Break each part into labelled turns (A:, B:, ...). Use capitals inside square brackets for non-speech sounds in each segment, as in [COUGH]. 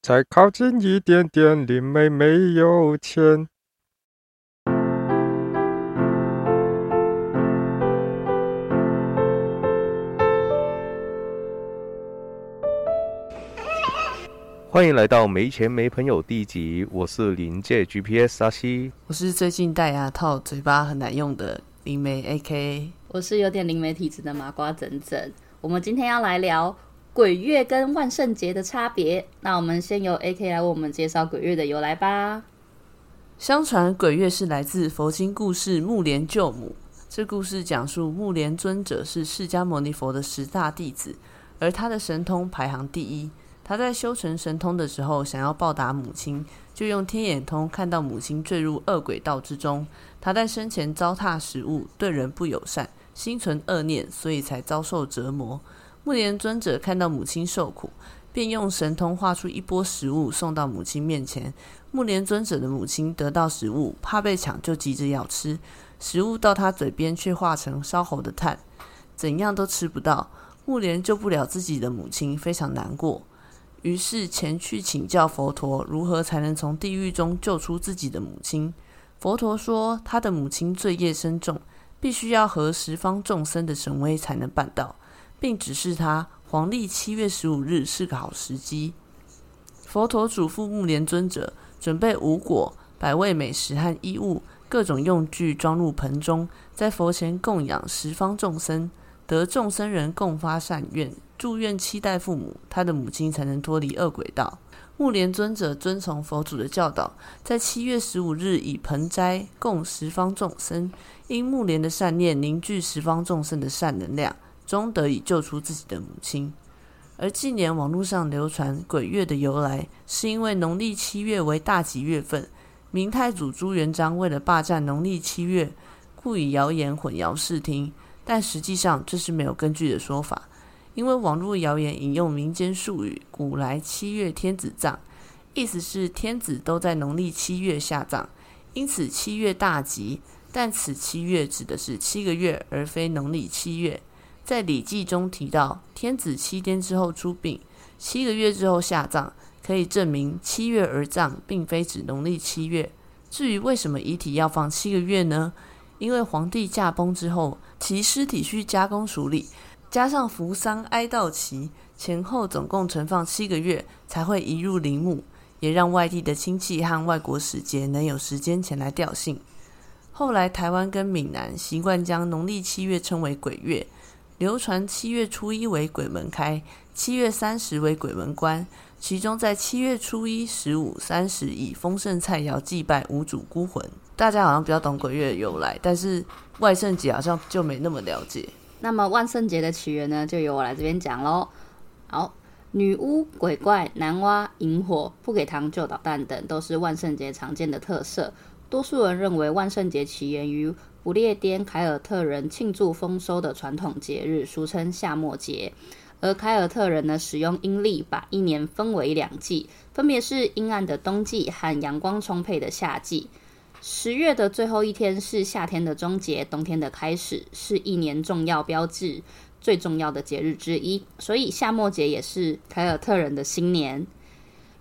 A: 再靠近一点点，林妹没有钱。
B: 欢迎来到《没钱没朋友》第一集，我是临界 GPS 阿西。
C: 我是最近戴牙套，嘴巴很难用的灵媒 A K。
D: 我是有点灵媒体质的麻瓜整整。我们今天要来聊鬼月跟万圣节的差别。那我们先由 AK 来为我们介绍鬼月的由来吧。
C: 相传鬼月是来自佛经故事《木莲救母》。这故事讲述木莲尊者是释迦牟尼佛的十大弟子，而他的神通排行第一。他在修成神通的时候，想要报答母亲，就用天眼通看到母亲坠入恶鬼道之中。他在生前糟蹋食物，对人不友善，心存恶念，所以才遭受折磨。木莲尊者看到母亲受苦，便用神通画出一波食物送到母亲面前。木莲尊者的母亲得到食物，怕被抢，就急着要吃。食物到他嘴边，却化成烧喉的炭，怎样都吃不到。木莲救不了自己的母亲，非常难过，于是前去请教佛陀，如何才能从地狱中救出自己的母亲。佛陀说，他的母亲罪业深重，必须要合十方众生的神威才能办到，并指示他黄历七月十五日是个好时机。佛陀嘱咐木莲尊者准备五果、百味美食和衣物，各种用具装入盆中，在佛前供养十方众生，得众生人共发善愿，祝愿期待父母，他的母亲才能脱离恶鬼道。木莲尊者遵从佛祖的教导，在七月十五日以盆斋供十方众生，因木莲的善念凝聚十方众生的善能量，终得以救出自己的母亲。而近年网络上流传鬼月的由来，是因为农历七月为大吉月份，明太祖朱元璋为了霸占农历七月，故以谣言混淆视听，但实际上这是没有根据的说法，因为网络谣言引用民间术语“古来七月天子葬”，意思是天子都在农历七月下葬，因此七月大吉，但此七月指的是七个月，而非农历七月。在《礼记》中提到，天子七天之后出殡，七个月之后下葬，可以证明七月而葬，并非指农历七月。至于为什么遗体要放七个月呢？因为皇帝驾崩之后，其尸体需加工处理，加上扶丧哀悼期，前后总共存放七个月，才会移入陵墓，也让外地的亲戚和外国使节能有时间前来吊唁。后来，台湾跟闽南习惯将农历七月称为鬼月，流传七月初一为鬼门开，七月三十为鬼门关。其中在七月初一、十五、三十以丰盛菜肴祭拜五主孤魂。大家好像比较懂鬼月的由来，但是万圣节好像就没那么了解。
D: 那么万圣节的起源呢，就由我来这边讲喽。好，女巫、鬼怪、男娲、萤火、不给糖就捣蛋等，都是万圣节常见的特色。多数人认为万圣节起源于不列颠凯尔特人庆祝丰收的传统节日，俗称夏末节。而凯尔特人呢，使用阴历把一年分为两季，分别是阴暗的冬季和阳光充沛的夏季。十月的最后一天是夏天的终结，冬天的开始，是一年重要标志最重要的节日之一。所以夏末节也是凯尔特人的新年。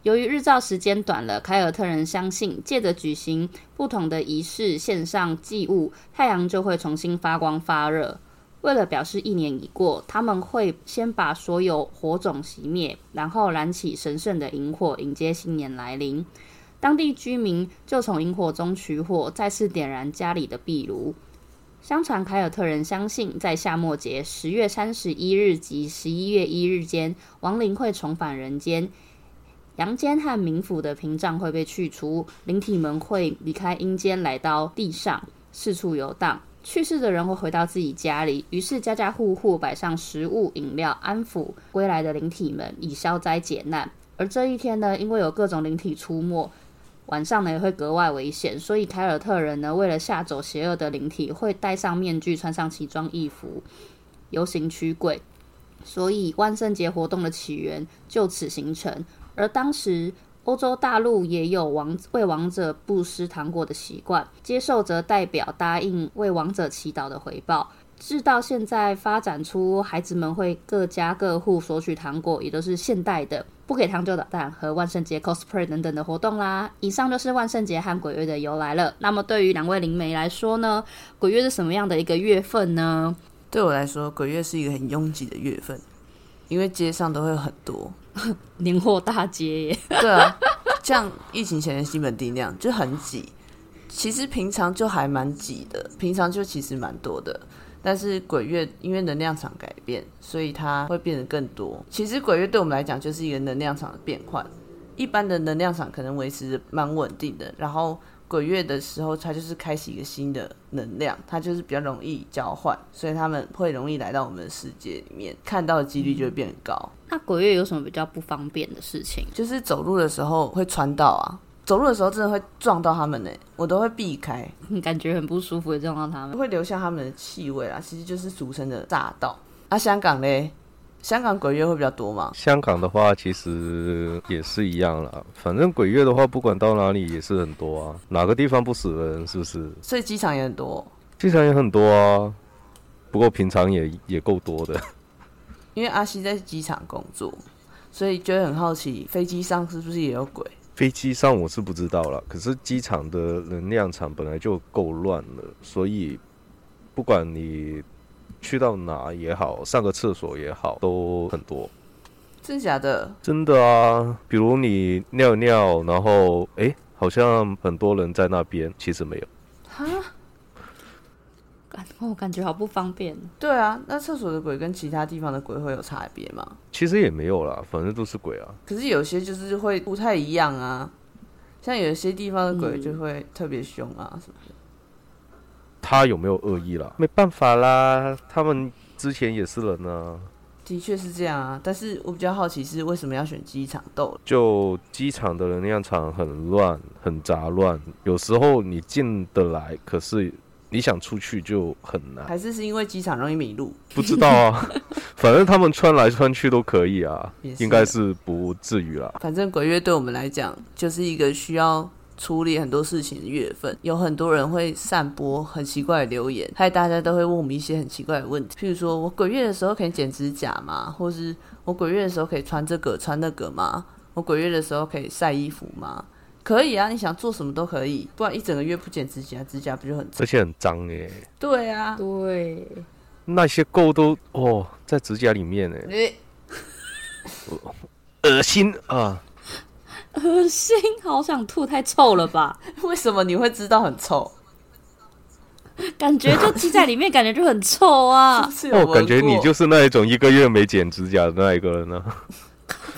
D: 由于日照时间短了，凯尔特人相信借着举行不同的仪式，献上祭物，太阳就会重新发光发热。为了表示一年已过，他们会先把所有火种熄灭，然后燃起神圣的萤火，迎接新年来临。当地居民就从萤火中取火，再次点燃家里的壁炉。相传凯尔特人相信，在夏末节十月三十一日及十一月一日间，亡灵会重返人间，阳间和冥府的屏障会被去除，灵体们会离开阴间，来到地上，四处游荡。去世的人会回到自己家里，于是家家户户摆上食物、饮料，安抚归来的灵体们，以消灾解难。而这一天呢，因为有各种灵体出没，晚上呢也会格外危险，所以凯尔特人呢，为了吓走邪恶的灵体，会戴上面具，穿上奇装异服，游行驱鬼。所以万圣节活动的起源就此形成。而当时欧洲大陆也有王为王者布施糖果的习惯，接受则代表答应为王者祈祷的回报。直到现在发展出孩子们会各家各户索取糖果，也都是现代的不给糖就捣蛋和万圣节 cosplay 等等的活动啦。以上就是万圣节和鬼月的由来了。那么对于两位灵媒来说呢，鬼月是什么样的一个月份呢？
C: 对我来说，鬼月是一个很拥挤的月份，因为街上都会有很多。
D: 年货大街耶，
C: 对啊，像疫情前的西门町那样，就很挤。其实平常就还蛮挤的，平常就其实蛮多的。但是鬼月因为能量场改变，所以它会变得更多。其实鬼月对我们来讲就是一个能量场的变换。一般的能量场可能维持得蛮稳定的，然后鬼月的时候，它就是开启一个新的能量，它就是比较容易交换，所以他们会容易来到我们的世界里面，看到的几率就会变高。
D: 那鬼月有什么比较不方便的事情？ [LAUGHS]
C: 就是走路的时候会穿到啊，走路的时候真的会撞到他们呢、我都会避开，
D: 感觉很不舒服，也撞到他们。
C: 会留下他们的气味啦，其实就是俗称的炸道。啊，香港嘞，香港鬼月会比较多嘛？
B: 香港的话，其实也是一样啦。反正鬼月的话，不管到哪里也是很多啊，哪个地方不死人是不是？
C: 所以机场也很多，
B: 机场也很多啊，不过平常也也够多的。 [LAUGHS]
C: 因为阿西在机场工作，所以就会很好奇飞机上是不是也有鬼。
B: 飞机上我是不知道了，可是机场的能量场本来就够乱了，所以不管你去到哪也好，上个厕所也好，都很多。
C: 真的假的？
B: 真的啊，比如你尿一尿，然后诶，好像很多人在那边，其实没有。
D: 感我哦感觉好不方便。
C: 对啊，那厕所的鬼跟其他地方的鬼会有差别吗？
B: 其实也没有啦，反正都是鬼啊。
C: 可是有些就是会不太一样啊，像有些地方的鬼就会特别凶啊什么的。
B: 他有没有恶意啦？没办法啦，他们之前也是人啊。
C: 的确是这样啊，但是我比较好奇是为什么要选机场斗？
B: 就机场的能量场很乱，很杂乱，有时候你进得来，可是你想出去就很难。
C: 还是是因为机场容易迷路？
B: 不知道
C: [LAUGHS]
B: 啊，反正他们穿来穿去都可以啊
C: 也，是
B: 应该是不至于啦。
C: 反正鬼月对我们来讲就是一个需要处理很多事情的月份，有很多人会散播很奇怪的留言，害大家都会问我们一些很奇怪的问题，譬如说我鬼月的时候可以剪指甲吗？或是我鬼月的时候可以穿这个穿那个吗？我鬼月的时候可以晒衣服吗？可以啊，你想做什么都可以，不然一整个月不剪指甲，指甲不就很
B: 而
C: 脏？
B: 且很脏欸诶、
C: 对啊，
D: 对，
B: 那些垢都哦在指甲里面诶、
C: 诶
B: 恶心啊！
D: [LAUGHS] 恶心，好想吐，太臭了吧？
C: [LAUGHS] 为什么你会知道很臭？。
D: 感觉就积在里面，感觉就很臭啊
C: 是有
B: 哦，
C: 闻
B: 感觉你
C: [LAUGHS] 过
B: 就是那一种一个月没剪指甲的那一个人啊。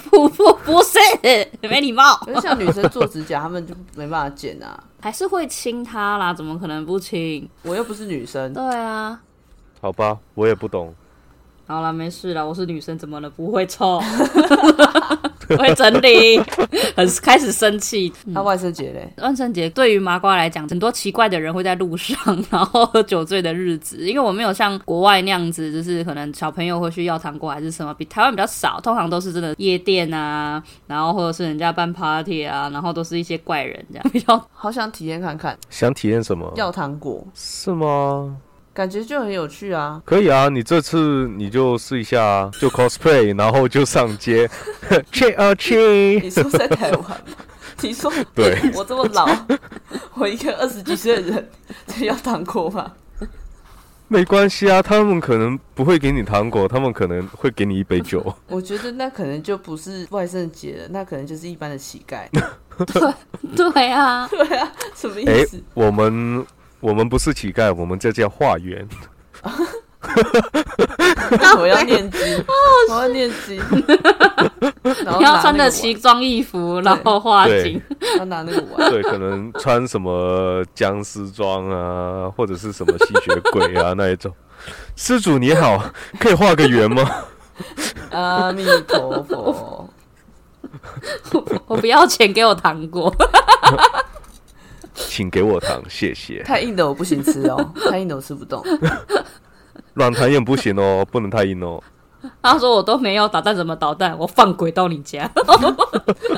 D: 不不不是，没礼貌，
C: 可是像女生做指甲，她们就没办法剪啊。
D: 还是会亲他啦，怎么可能不亲？
C: [LAUGHS] 我又不是女生，
D: 对啊，
B: 好吧，我也不懂。
D: 好了，没事了，我是女生，怎么了？不会臭，不会整理，很开始生气。
C: 她万圣节嘞，
D: 万圣节对于麻瓜来讲，很多奇怪的人会在路上，然后喝酒醉的日子。因为我没有像国外那样子，就是可能小朋友会去要糖果还是什么，比台湾比较少。通常都是真的夜店啊，然后或者是人家办 party 啊，然后都是一些怪人这样比较。
C: 好想体验看看
B: 想体验什么？
C: 要糖果，
B: 是吗？
C: 感觉就很有趣 [LAUGHS] 啊。
B: 可以啊，你这次你就试一下啊，就 cosplay，然后就上街 [LAUGHS] ，cheer 啊 cheer。
C: 你是不是在台湾吗？你说
B: 对，
C: [LAUGHS] 我这么老，我一个二十几岁的人， [LAUGHS] 这要糖果吗？
B: 没关系啊，他们可能不会给你糖果，他们可能会给你一杯酒。
C: 我觉得那可能就不是万圣节了，那可能就是一般的乞丐。
D: [LAUGHS]
B: [LAUGHS]
D: 对啊，
C: 对啊，什么意
B: 哎、
C: 思？
B: 我们我们不是乞丐，我们这叫化缘。
C: 我要念 [LAUGHS] 经，我要念 [LAUGHS] 经。然后
D: 你要
C: 拿
D: 穿
C: 那
D: 着
C: 个
D: 西装异服，然后化
B: 对
D: 紧。
C: 碗，要拿那个
B: [LAUGHS]
C: 碗。
B: 对，可能穿什么僵尸装啊，或者是什么吸血鬼啊那一种。施主你好，可以画个圆吗？ [LAUGHS]
C: 阿弥陀佛。
D: [LAUGHS] 我不要钱，给我糖 [LAUGHS] 果。
B: 请给我糖，谢谢。
C: 太硬的我不行吃 [LAUGHS] 哦，太硬的我吃不动。
B: 软糖也不行哦，不能太硬哦。
D: 他说我都没有捣蛋，怎么捣蛋？我放鬼到你家。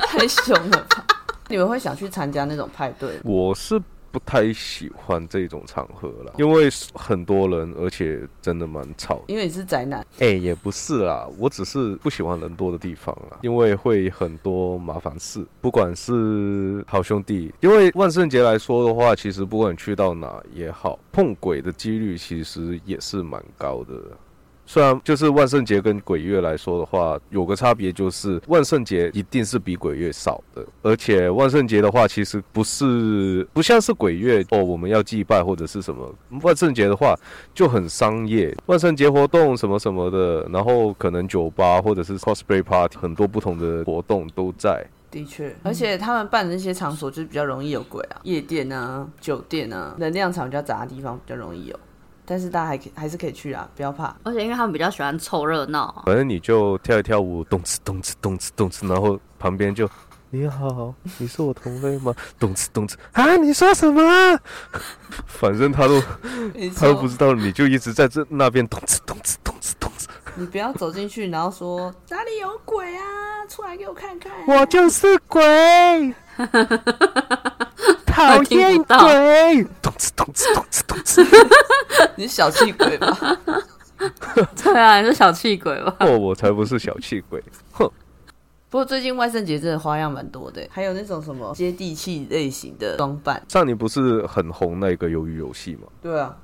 C: 太凶了吧？你们会想去参加那种派对吗？
B: 我是不太喜欢这种场合啦，因为很多人，而且真的蛮吵的。
C: 因为你是宅男，
B: 哎、也不是啦，我只是不喜欢人多的地方啦，因为会很多麻烦事。不管是好兄弟，因为万圣节来说的话，其实不管去到哪也好，碰鬼的几率其实也是蛮高的。虽然就是万圣节跟鬼月来说的话，有个差别就是万圣节一定是比鬼月少的，而且万圣节的话其实不是不像是鬼月哦，我们要祭拜或者是什么，万圣节的话就很商业，万圣节活动什么什么的，然后可能酒吧或者是 cosplay party 很多不同的活动都在。
C: 的确，而且他们办的那些场所就是比较容易有鬼啊，夜店啊、酒店啊，能量场比较杂的地方比较容易有。但是大家还可以还是可以去啊，不要怕。
D: [LAUGHS] 而且因为他们比较喜欢凑热闹啊，
B: 反正你就跳一跳舞，动次动次动次动次，然后旁边就你好，你是我同类吗？ [LAUGHS] 动次动次啊！你说什么 [LAUGHS] 啊？反正他都
C: 你
B: 他
C: 说
B: 都不知道，你就一直在这那边动次动次动次动次。
C: 你不要走进去，然后说哪里有鬼啊，出来给我看看、
A: 我就是
B: [LAUGHS]
A: 鬼，讨厌
D: 听不到
A: 鬼，
B: 咚哧咚哧咚哧咚哧。
C: 你是小气鬼 [LAUGHS] 吧？
D: 对啊，你是小气鬼吧？
B: 哦，我才不是小气鬼，哼！
C: 不过最近万圣节真的花样蛮多的，欸还有那种什么接地气类型的装扮。
B: 上年不是很红那个鱿鱼游戏嘛，
C: 对啊，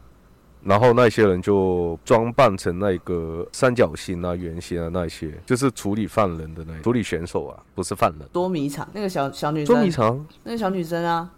B: 然后那些人就装扮成那个三角形啊、圆形啊那些，就是处理犯人的那处理选手啊，不是犯人。
C: 捉迷藏那个小小女
B: 捉迷
C: 生，
B: 藏
C: 那个小女生啊，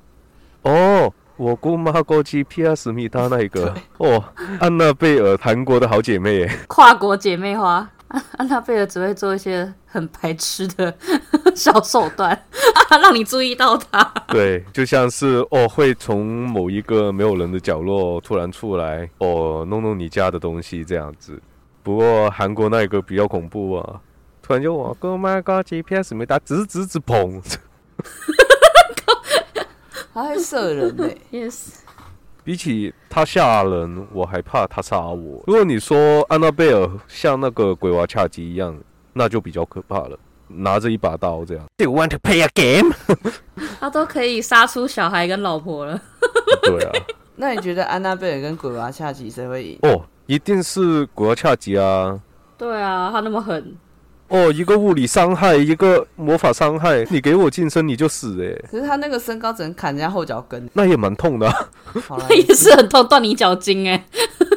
B: 哦，我姑妈过去 P.S. 史密达那一个哦，安娜贝尔，韩国的好姐妹耶，
D: 跨国姐妹花， [LAUGHS] 安安娜贝尔只会做一些很白痴的 [LAUGHS] 小手段， [LAUGHS] 让你注意到她。
B: 对，就像是哦，会从某一个没有人的角落突然出来，哦，弄弄你家的东西这样子。不过韩国那一个比较恐怖啊，突然就我姑妈过去 P.S. 史密达，直直直砰，
C: 她还射人呢、
D: Yes，
B: 比起他吓人，我还怕他杀我。如果你说安娜贝尔像那个鬼娃恰吉一样，那就比较可怕了，拿着一把刀这样。
A: Do you want to play a game？
D: 她都可以杀出小孩跟老婆了。
B: 对啊，
C: 那你觉得安娜贝尔跟鬼娃恰吉谁会赢？
B: 哦，一定是古要恰吉啊。
D: 对啊，她那么狠，
B: 哦，一个物理伤害，一个魔法伤害，你给我近身你就死哎、
C: 可是他那个身高只能砍人家后脚跟，
B: 那也蛮痛的啊、
C: 好了
D: 她，也是很痛，断你脚筋哎、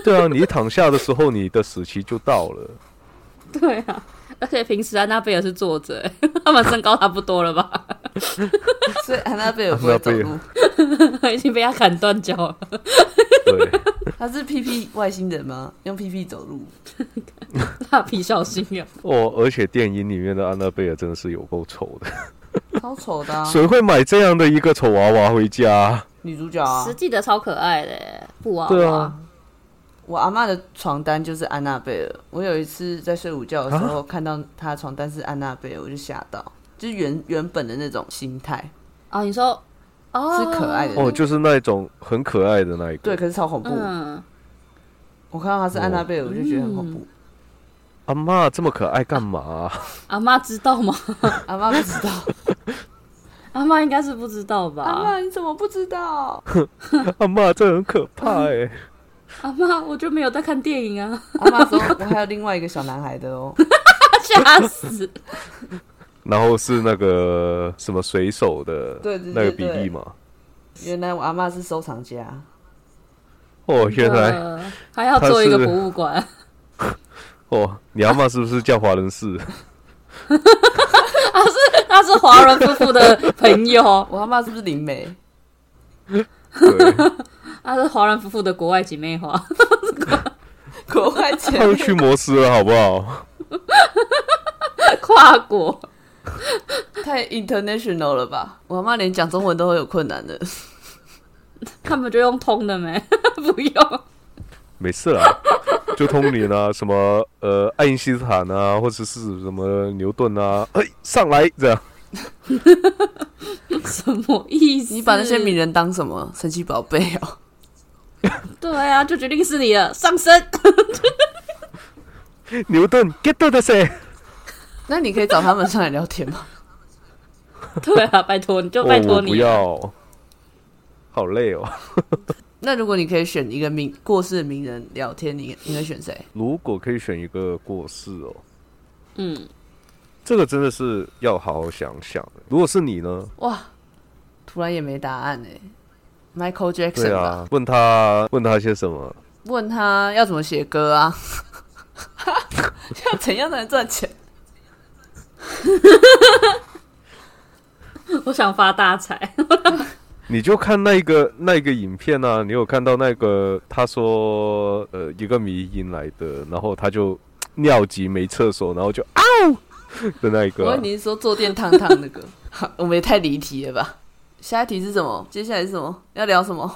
B: 对啊，你躺下的时候，你的死期就到了。
D: 对啊，而且平时安娜贝尔是坐着、欸， [LAUGHS] 他们身高差不多了吧？
C: 所以安娜贝尔不会走
B: 安
C: 路，
D: [LAUGHS] 已经被她砍断脚了。
B: 对，
C: 他是屁屁外星人吗？用屁屁走路，
D: 蜡笔小新啊，
B: 哦，而且电影里面的安娜贝尔真的是有够丑的，
C: 超丑
B: [LAUGHS]
C: 的、啊、
B: 谁会买这样的一个丑娃娃回家？
C: 女主角啊
D: 实！际的超可爱的、欸、布娃娃。
B: 对啊，
C: 我阿妈的床单就是安娜贝尔，我有一次在睡午觉的时候看到她的床单是安娜贝尔，我就吓到，就是原原本的那种心态
D: 哦，你说哦，
C: 是可爱的，
B: 哦，就是那种很可爱的那一个。
C: 对，可是超恐怖。
D: 嗯，
C: 我看到她是安娜贝尔，我就觉得很恐怖。
B: 阿妈这么可爱干嘛、 [LAUGHS]
D: 阿妈知道吗？ [LAUGHS]
C: 阿妈不知道，
D: 阿妈应该是不知道吧？
C: 阿妈你怎么不知道？
B: 阿妈这很可怕哎、
C: [LAUGHS]
D: 阿妈，我就没有在看电影啊， [LAUGHS]
C: 阿妈说我还有另外一个小男孩的 [LAUGHS] 哦，
D: 吓死！
B: 然后是那个什么水手的
C: 对对对
B: 那个比
C: 对
B: 例嘛。
C: 原来我阿妈是收藏家。
B: 哦，
C: 啊
B: 原来。
D: 呃还要做一个博物馆，
B: 哦，你阿妈是不是叫华人士？
D: [LAUGHS] 他是华人夫妇的朋友， [LAUGHS]
C: 我阿妈是不是灵媒？
B: [LAUGHS] 对，
D: 他是华人夫妇的国外姐妹花，
C: [LAUGHS]
D: [LAUGHS]
C: 国外姐
B: 他
C: 妹
B: 又去摩斯了，好不好？ [LAUGHS]
D: 跨国。
C: 太 international 了吧？我阿妈连讲中文都会有困难的。
D: 他们就用通的没， [LAUGHS] 不用。
B: 没事啦，就通灵啊，什么呃爱因斯坦啊，或者是什么牛顿啊，哎、上来这样。
D: 什么意思？
C: 你把那些名人当什么？神奇宝贝哦？
D: 对啊，就决定是你了，上身。
B: 牛顿 get 到的谁？
C: 那你可以找他们上来 [LAUGHS] 聊天吗？
D: [LAUGHS] 对啊，拜托你就
B: 哦
D: 拜托
B: 我
D: 你
B: 不
D: 了，
B: 要，好累哦。
C: 那如果你可以选一个名过世的名人聊天，你你会选谁？
B: 如果可以选一个过世哦，
D: 嗯，
B: 这个真的是要好好想想。如果是你呢？
C: 哇，突然也没答案哎。Michael
B: 对
C: Jackson 吧，
B: 啊，问他问他些什么？
C: 问他要怎么写歌 [LAUGHS] 啊？要怎样才能赚钱？
D: 我想发大财。
B: 你就看那一个那一个影片啊，你有看到那个他说呃一个迷音来的，然后他就尿急没厕所，然后就嗷、的那一
C: 我
B: 个啊、
C: 问你是说坐垫烫烫那个， [LAUGHS] 好我们也太离题了吧？下一题是什么？接下来是什么？要聊什么？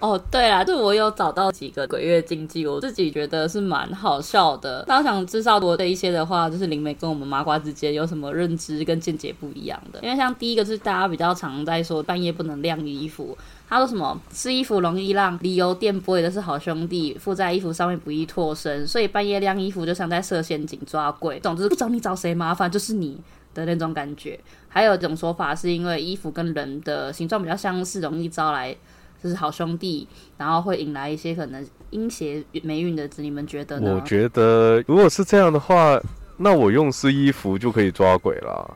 D: 哦，对啦，就我有找到几个鬼月禁忌，我自己觉得是蛮好笑的。那我想知道多的一些的话，就是灵媒跟我们麻瓜之间有什么认知跟见解不一样的。因为像第一个是大家比较常在说半夜不能晾衣服，他说什么湿衣服容易让理由电波也的是好兄弟附在衣服上面不易脱身，所以半夜晾衣服就像在设陷阱抓鬼，总之不找你找谁麻烦就是你的那种感觉。还有一种说法是因为衣服跟人的形状比较相似，容易招来就是好兄弟，然后会引来一些可能阴邪霉运的子，你们觉得呢？
B: 我觉得如果是这样的话，那我用湿衣服就可以抓鬼啦，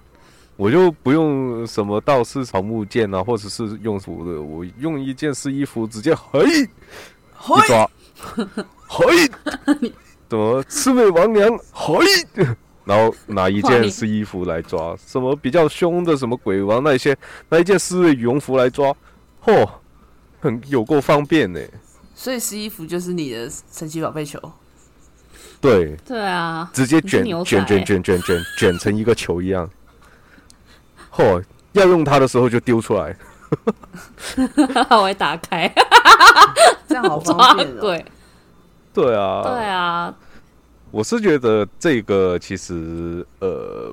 B: 我就不用什么道士草木剑啊，或者是用什么的，我用一件湿衣服直接嘿一
C: 嘿
B: 抓，嘿，怎么魑魅魍魉嘿，然后拿一
D: 哇你
B: 件湿衣服来抓，什么比较凶的什么鬼王那一些，拿一件湿的羽绒服来抓，嚯，很有够方便呢、
C: 所以湿衣服就是你的神奇宝贝球。
B: 对，
D: 对啊， [LAUGHS]
B: 直接
D: 你是
B: 卷
D: 牛仔
B: 卷卷卷卷卷卷成一个球一样。嚯，要用它的时候就丢出来。
D: 我会打开
C: 这样 [LAUGHS] 好
D: 抓
C: 方便哦、
D: 鬼，
B: 对啊，
D: 对啊，
B: 我是觉得这个其实呃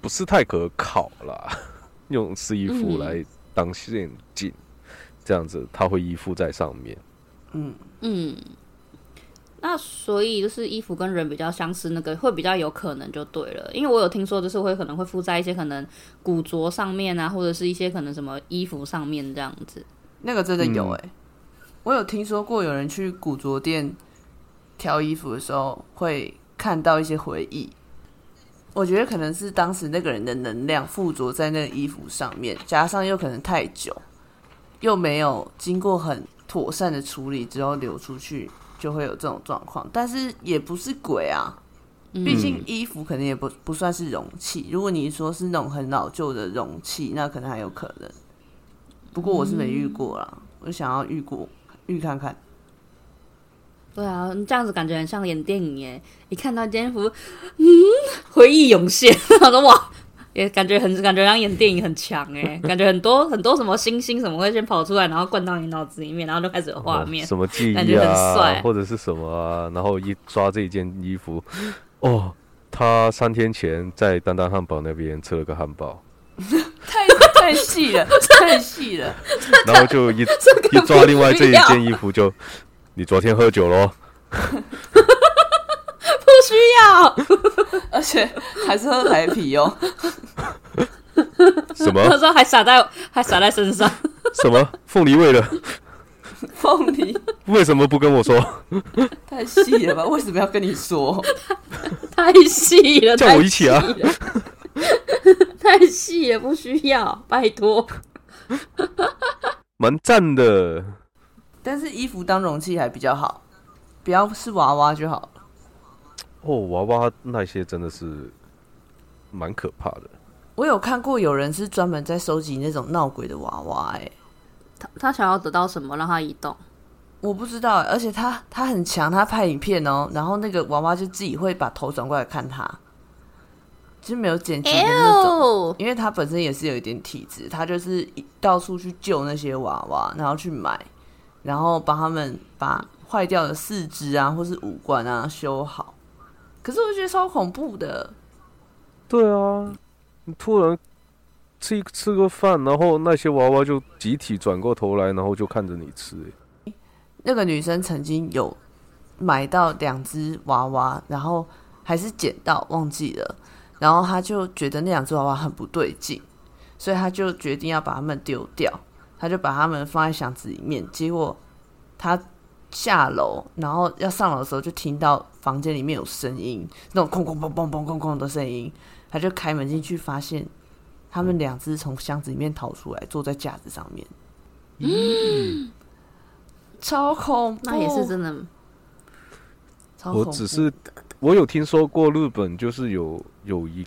B: 不是太可考啦，用湿衣服
D: 嗯
B: 来当陷阱，这样子它会依附在上面。
C: 嗯，
D: 嗯，那所以就是衣服跟人比较相似，那个会比较有可能就对了。因为我有听说，就是会可能会附在一些可能古着上面啊，或者是一些可能什么衣服上面这样子。
C: 那个真的有
B: 嗯
C: 哎、我有听说过有人去古着店挑衣服的时候会看到一些回忆。我觉得可能是当时那个人的能量附着在那个衣服上面，加上又可能太久，又没有经过很妥善的处理之后流出去，就会有这种状况。但是也不是鬼啊，毕竟衣服可能也不不算是容器。如果你说是那种很老旧的容器，那可能还有可能。不过我是没遇过啦，我想要遇过遇看看。
D: 对啊，你这样子感觉很像演电影耶！一看到这件服，嗯，回忆涌现，我说哇，也感觉很感觉像演电影很强哎，感觉很多很多什么星星什么会先跑出来，然后灌到你脑子里面，然后就开始有画面。
B: 哦什么记
D: 感
B: 忆
D: 觉很帅
B: 啊，或者是什么啊，然后一抓这一件衣服，哦，他三天前在丹丹汉堡那边吃了个汉
D: [LAUGHS]
B: 堡。
C: [LAUGHS] 太太细 [LAUGHS] 了，太细了。
B: 然后就一一抓另外这一件衣服就，你昨天喝酒咯，
D: 不需要，
C: 而且还是喝台啤哦。 [LAUGHS]
B: 什
D: 那 [LAUGHS]
B: 么
D: 时候还洒在还洒在身上。
B: 什么凤梨味的，
C: 凤梨
B: 为什么不跟我说？
C: 太细了吧？为什么要跟你说？
D: 太细了，
B: 叫我一起啊
D: 太细了！ [LAUGHS] 太细了，不需要，拜托。
B: 蛮赞的，
C: 但是衣服当容器还比较好，不要是娃娃就好了。
B: 哦，娃娃那些真的是蛮可怕的。
C: 我有看过有人是专门在收集那种闹鬼的娃娃、哎，
D: 他他想要得到什么，让他移动？
C: 我不知道、而且他他很强，他拍影片哦，然后那个娃娃就自己会把头转过来看他，就没有剪辑的那种。
D: 哦，
C: 因为他本身也是有一点体质，他就是一到处去救那些娃娃，然后去买，然后帮他们把坏掉的四肢啊或是五官啊修好。可是我觉得超恐怖的，
B: 对啊，你突然吃吃个饭，然后那些娃娃就集体转过头来，然后就看着你吃、欸
C: 那个女生曾经有买到两只娃娃，然后还是捡到忘记了，然后她就觉得那两只娃娃很不对劲，所以她就决定要把它们丢掉。他就把它们放在箱子里面。结果他下楼，然后要上楼的时候，就听到房间里面有声音，那种哐哐砰砰砰砰砰的声音。他就开门进去，发现他们两只从箱子里面逃出来，坐在架子上面。超恐怖！
D: 那也是真的，
C: 超恐
B: 我
C: 怖。
B: 只是我有听说过日本就是有有一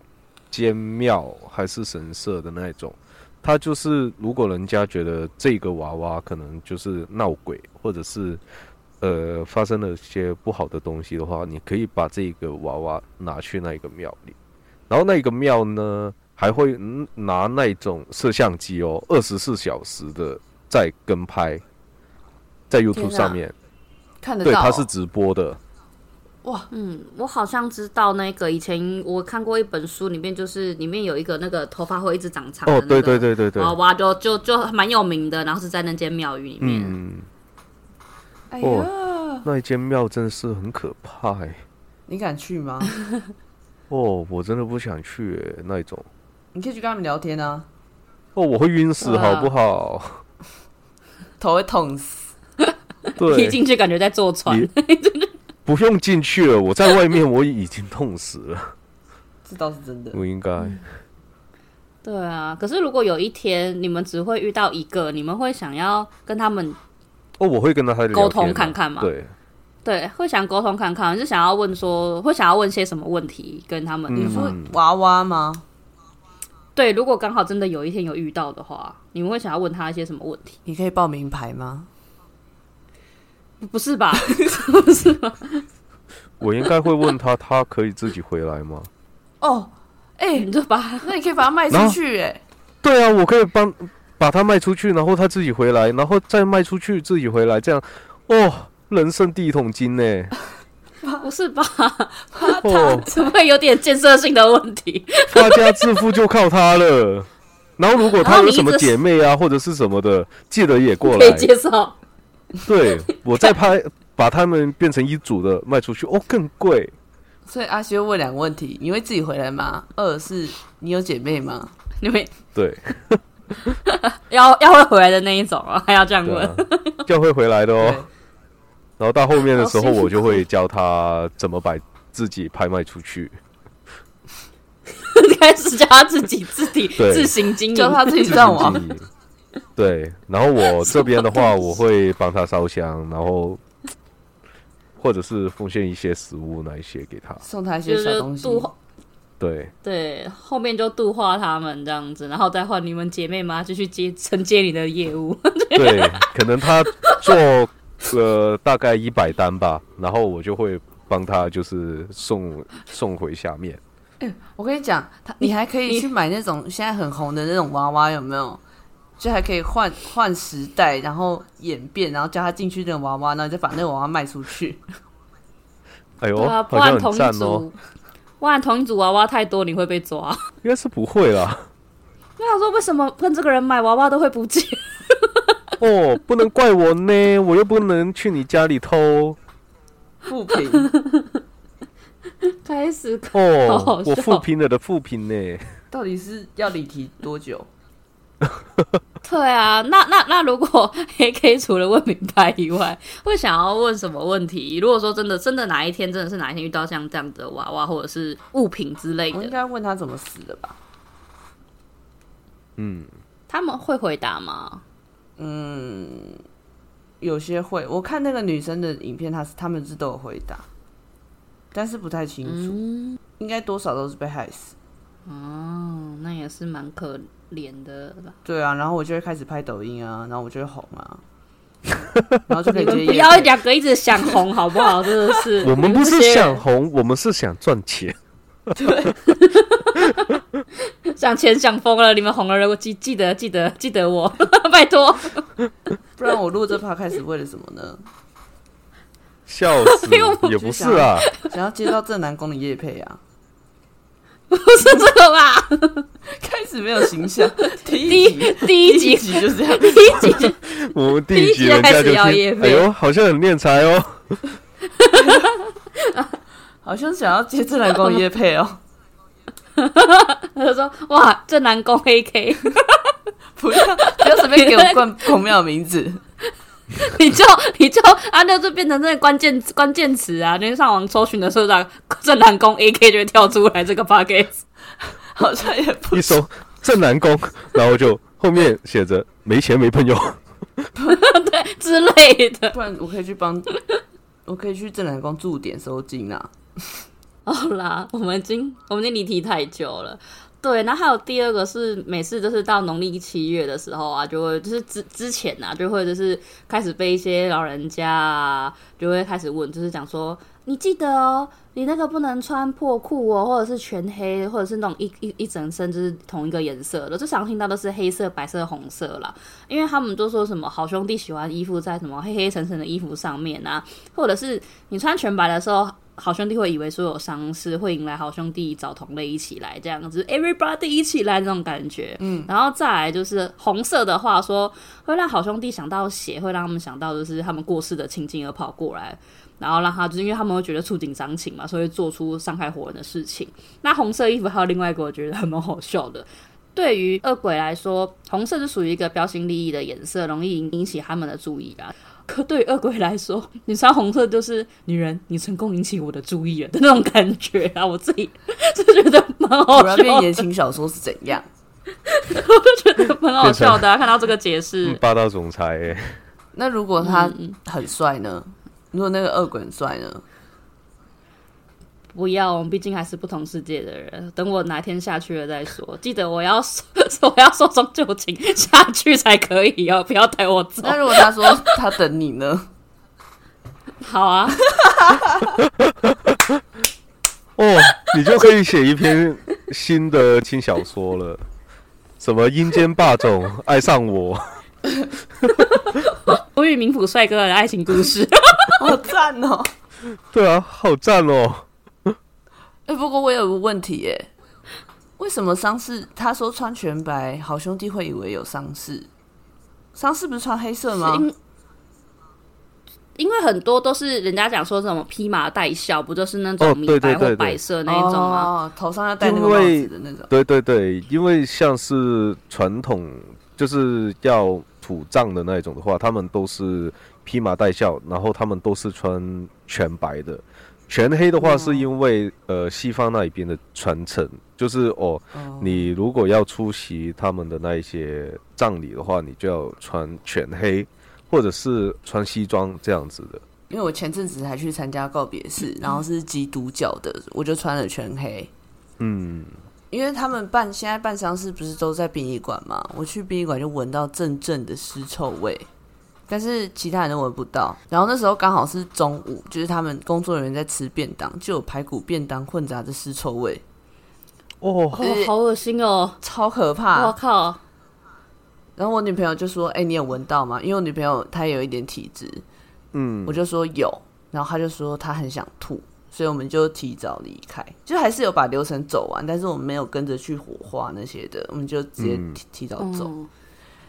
B: 间庙还是神社的那一种，它就是如果人家觉得这个娃娃可能就是闹鬼，或者是呃发生了一些不好的东西的话，你可以把这个娃娃拿去那一个庙里，然后那个庙呢还会嗯拿那种摄像机哦，二十四小时的在跟拍，在 YouTube
C: 天啊
B: 上面，
C: 看得
B: 对，
C: 到哦、
B: 它是直播的。
C: 哇，
D: 嗯，我好像知道那个以前我看过一本书，里面就是里面有一个那个头发会一直长长的、那
B: 哦，
D: 个
B: 对对对对对，
D: 娃娃就就就蛮有名的，然后是在那间庙宇里面。
B: 嗯，
C: 哎呀，
B: 哦那一间庙真是很可怕哎、
C: 你敢去吗？ [LAUGHS]
B: 哦，我真的不想去、欸、那一种。
C: 你可以去跟他们聊天啊，
B: 哦，我会晕死，好不好？
C: 头会痛死。
D: 一 [LAUGHS]
B: 对，
D: 进去感觉在坐船，
B: 你不用进去了，我在外面我已经痛死了， [LAUGHS]
C: 这倒是真的。
B: 我应该。
D: [LAUGHS] 嗯对啊，可是如果有一天你们只会遇到一个，你们会想要跟他们
B: 哦，我会跟他聊天啊
D: 沟通看看嘛
B: 对，
D: 对，会想沟通看看，就想要问说，会想要问些什么问题跟他们。
B: 嗯
C: 你说娃娃吗？
D: 对，如果刚好真的有一天有遇到的话，你们会想要问他一些什么问题？
C: 你可以报名牌吗？
D: 不不是吧？
B: 我应该会问他，他可以自己回来吗？
C: 哦，哎、
D: [LAUGHS] 你就把
C: 那你可以把它卖出去、哎，
B: 对啊，我可以帮把它卖出去，然后他自己回来，然后再卖出去，自己回来，这样，哦，人生第一桶金呢、
D: [LAUGHS] 不是吧？
B: 哦，
D: [LAUGHS] 怎么会有点建设性的问题？
B: 发家致富就靠他了。然后如果他有什么姐妹啊，或者是什么的，记得也过
D: 可以
B: 来。
D: 介绍。
B: 对我再拍，把他们变成一组的卖出去，哦，更贵。
C: 所以阿修问两个问题：你会自己回来吗？二是你有姐妹吗？
D: 你们
B: 对，
D: 要要会回来的那一种啊，还要这样
B: 对
D: 问。
B: 啊，就会回来的
C: 对，
B: 哦。然后到后面的时
D: 好
B: 候，
D: 辛苦
B: 我就会教他怎么把自己拍卖出去。
D: 开始叫他自己自己
B: [LAUGHS] 对
D: 自行经营，
C: 叫他自己
B: [LAUGHS]
C: 上网。
B: 对，然后我这边的话，我会帮他烧香，然后或者是奉献一些食物那一些给他。
C: 送他一
D: 就
C: 些小
D: 是
C: 东西。
D: 度化，
B: 对，
D: 对，后面就度化他们这样子，然后再换你们姐妹妈继续接承接你的业务。
B: [LAUGHS] 对，可能他做呃大概一百单吧，然后我就会帮他就是送送回下面。
C: 我跟你讲，他你还可以去买那种现在很红的那种娃娃，有没有？就还可以换换时代，然后演变，然后叫他进去那个娃娃，然后再把那个娃娃卖出去。
B: 哎呦，
D: 对啊，不
B: 好像
D: 然
B: 很
D: 同
B: 赞
D: 一
B: 哦，
D: 组，不然同一组娃娃太多，你会被抓。
B: 应该是不会啦。
D: [LAUGHS] 我想说，为什么跟这个人买娃娃都会不见？
B: 哦，不能怪我呢，我又不能去你家里偷。
C: 不平，
D: [LAUGHS] 开始 [LAUGHS] 好
B: 哦
D: 好，笑
B: 我复评了的复评呢。
C: 到底是要离题多久？
D: 对啊，那那那如果 [LAUGHS] A K 除了问明白以外，会想要问什么问题？如果说真的真的哪一天真的是哪一天遇到像这样的娃娃或者是物品之类
C: 我应
D: 的，
C: 该问他怎么死的吧？
B: 嗯，
D: 他们会回答吗？
C: 有些会，我看那个女生的影片，她是他们是都有回答，但是不太清楚，
D: 嗯，
C: 应该多少都是被害死。
D: 哦，那也是蛮可怜的啦。
C: 对啊，然后我就会开始拍抖音啊，然后我就会红
D: [LAUGHS]
C: 啊，然后就可以
D: 你
C: 接
D: 们不
C: 业
D: 要
C: 配
D: 两个一直想红好不 [LAUGHS] 好？真的是，
B: 我们不
D: 你
B: 是
D: 些
B: 想红，我们是想赚钱。
D: 想钱想疯了，你们红了，如果记记得记得记得我， [LAUGHS] 拜托，
C: 不然我录这趴开始为了什么呢？
B: 笑
D: [LAUGHS]
B: 死，也不是啊，
C: 想要接到正南宫的叶配啊，
D: [LAUGHS] 不是这个吧？
C: 开始没有形象，第
D: 第
C: 一
D: 一
C: 集
D: 第一集
C: 第一集就这样，
D: 第一集就
B: 我们第一
D: 第一
B: 集
D: 集
B: 人
D: 开
B: 家
D: 始
B: 就
D: 要业
B: 听，哎
D: 配
B: 呦，好像很敛财哦。
C: 好像想要接正南宫的叶配哦，
D: [LAUGHS] 他就说：“哇，这南宫 AK，
C: 不要不要随便给我冠公庙名字，
D: 你就你就啊，那就变成那个关键关键词啊！你上网搜寻的时候，打正南宫 AK 就会跳出来这个 p o c a s
C: 好像也不
B: 一搜正南宫，然后就后面写着没钱没朋友，
D: t 之类的。
C: 不然我可以去帮，我可以去正南宫驻点收金啊。
D: [LAUGHS] 好啦，我们已经我们已经离题太久了。对，然后还有第二个是，每次就是到农历七月的时候啊，就会就是之之前啊，就会就是开始被一些老人家啊，就会开始问，就是讲说，你记得哦，你那个不能穿破裤哦，或者是全黑，或者是那种一一一整身就是同一个颜色的，最常听到都是黑色、白色、红色啦，因为他们都说什么好兄弟喜欢依附在什么黑黑沉沉的衣服上面啊，或者是你穿全白的时候，好兄弟会以为说有丧事，会迎来好兄弟找同类一起来，这样子，everybody 一起来那种感觉。嗯，然后再来就是红色的话说，会让好兄弟想到血，会让他们想到就是他们过世的亲近而跑过来，然后让他就是因为他们会觉得触景伤情嘛，所以会做出伤害活人的事情。那红色衣服还有另外一个我觉得还蛮好笑的。对于恶鬼来说，红色是属于一个标新立异的颜色，容易引引起他们的注意啊。可对于恶鬼来说，你穿红色就是女人，你成功引起我的注意了的那种感觉啊！我自己就觉得蛮好
C: 果然
D: 笑
C: 变
D: 的，
C: 言情小说是怎样？
D: 就觉得蛮好笑的、啊。看到这个解释，
B: 嗯霸道总裁、欸。
C: 那如果他很帅呢？如果那个恶鬼很帅呢？
D: 不要，我们毕竟还是不同世界的人。等我哪天下去了再说。 [LAUGHS] 记得我要我要寿终就寝下去才可以哦， [LAUGHS] 不要带我走。
C: 那如果他说 [LAUGHS] 他等你呢？
D: 好啊，
B: 哦，你就可以写一篇新的轻小说了，什么阴间霸 [LAUGHS] 总爱上我，
D: 我与名府帅哥的爱情故 [LAUGHS] 事。
C: [LAUGHS] 好赞哦！
B: 对啊，好赞哦！
C: [LAUGHS] 哎、不过我有个问题耶、为什么丧事？他说穿全白，好兄弟会以为有丧事。丧事不是穿黑色吗？
D: 因因为很多都是人家讲说什么披麻戴孝，不就是那
B: 哦
D: 种米
B: 对对
D: 白
B: 对对
D: 或白色那一种吗？
C: 哦，头上要戴那个
B: 因
C: 帽
B: 为
C: 子的那种。
B: 对对对，因为像是传统就是要土葬的那一种的话，他们都是披麻戴孝，然后他们都是穿全白的。全黑的话，是因为、呃西方那一边的传承，就是哦，
C: 哦
B: 你如果要出席他们的那一些葬礼的话，你就要穿全黑，或者是穿西装这样子的。
C: 因为我前阵子还去参加告别式，然后是基督教的，我就穿了全黑。
B: 嗯，
C: 因为他们办现在办丧事不是都在殡仪馆吗？我去殡仪馆就闻到阵阵的尸臭味，但是其他人都闻不到。然后那时候刚好是中午，就是他们工作人员在吃便当，就有排骨便当混杂着尸臭味，
B: 哦，
D: 哦，好恶心哦！
C: 超可
D: 我、
C: 怕。
D: 靠，
C: 然后我女朋友就说：“哎、你有闻到吗？”因为我女朋友她有一点体质，
B: 嗯
C: 我，就说有，然后她就说她很想吐，所以我们就提早离开，就还是有把流程走完，但是我们没有跟着去火化那些的，我们就直接
B: 嗯
C: 提提早走。
D: 嗯，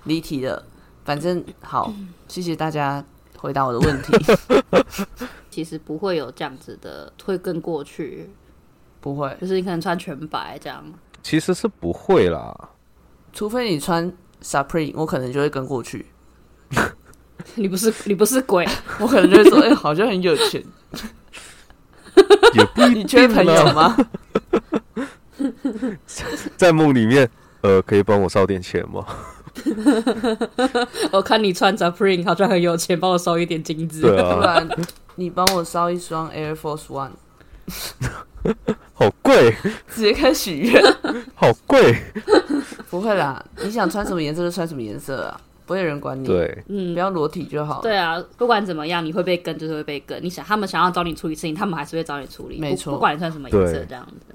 C: 离题了，反正好，谢谢大家回答我的问题。
D: 其实不会有这样子的，会更过去，
C: 不会，
D: 就是你可能穿全白这样。 [LAUGHS]
B: 其实是不会啦。
C: 除非你穿 Supreme，我可能就会跟过去，
D: 你不是你不是鬼，
C: 我可能就会说，哎、好像很有钱，
B: [LAUGHS] 也不一
C: [LAUGHS] 你缺朋友
B: 定啦
C: 吗？
B: 在梦里面，呃，可以帮我烧点钱
D: [LAUGHS]
B: 吗？
D: 我看你穿着 Pring 好像很有钱，帮我收一点金子。
B: 对
C: [LAUGHS] 不
B: 啊，
C: 然你帮我烧一双 Air Force One，
B: 好贵， [LAUGHS]
C: 直接开始许愿。 [LAUGHS]
B: 好贵。
C: 不会啦，你想穿什么颜色就穿什么颜色啊，不会有人管你。，
B: 对，
D: 嗯
C: 不，要裸体就好了。
D: 对啊，不管怎么样，你会被跟就是会被跟。你想他们想要找你处理事情，他们还是会找你处理，
C: 没
D: 不
C: 错
D: 不管你穿什么颜色
B: 对
D: 这样子。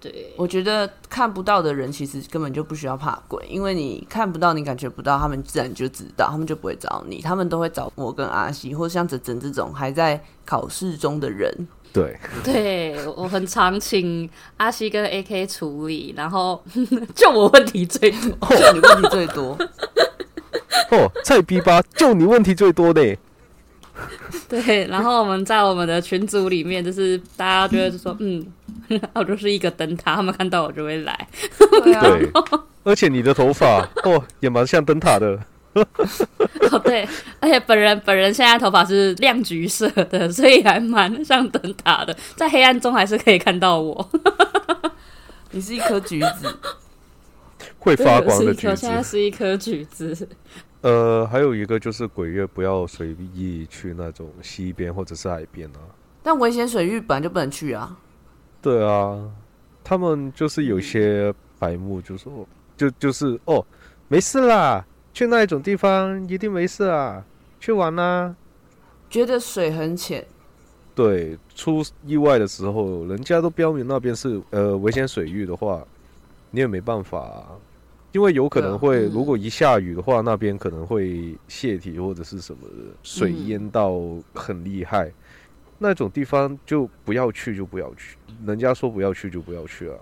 D: 对，
C: 我觉得看不到的人其实根本就不需要怕鬼，因为你看不到，你感觉不到，他们自然就知道，他们就不会找你，他们都会找我跟阿西，或像整整这种还在考试中的人。
B: 对，
D: 对我很常请阿西跟 AK 处理，然后 [LAUGHS] 就我问题最多。
C: 就你问题最 [LAUGHS] 多，
B: 哦，菜逼吧，就你问题最多呢。
D: [LAUGHS] 对，然后我们在我们的群组里面，就是大家觉得就说，嗯， [LAUGHS] 我就是一个灯塔，他们看到我就会来。
C: 对啊，
D: [LAUGHS]
B: 对，而且你的头发，哦，也蛮像灯塔的。
D: 哦，对，而且本人本人现在头发是亮橘色的，所以还蛮像灯塔的，在黑暗中还是可以看到我。
C: 你是一颗橘子，
B: 会发光
D: 是
B: 的
D: 一
B: 橘
D: 颗，
B: 子
D: 现。在是一颗橘子。
B: 呃，还有一个就是鬼月不要随意去那种溪边或者是海边啊。
C: 但危险水域本来就不能去啊。
B: 对啊，他们就是有些白目就说，就就是哦，没事啦，去那一种地方一定没事啊，去玩啊啦、
C: 觉得水很浅，
B: 对，出意外的时候，人家都标明那边是呃危险水域的话，你也没办法啊、因为有可能会，
D: 对啊嗯
B: 如果一下雨的话，那边可能会泄体或者是什么的，水
D: 嗯
B: 淹到很厉害，那种地方就不要去，就不要去，人家说不要去就不要去啊。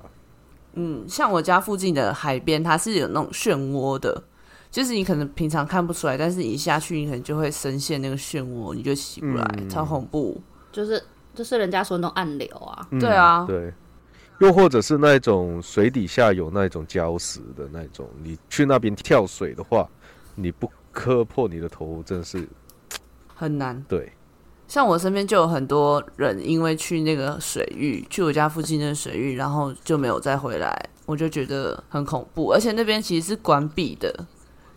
C: 嗯，像我家附近的海边，它是有那种漩涡的，就是你可能平常看不出来，但是你一下去，你可能就会深陷那个漩涡，你就起不来，
B: 嗯
C: 超恐怖。
D: 就是就是人家说那种暗流啊，
B: 嗯
C: 对啊
B: 对。又或者是那种水底下有那种礁石的那种，你去那边跳水的话，你不磕破你的头，真是
C: 很难。
B: 对。
C: 像我身边就有很多人因为去那个水域，去我家附近的水域，然后就没有再回来，我就觉得很恐怖。而且那边其实是关闭的，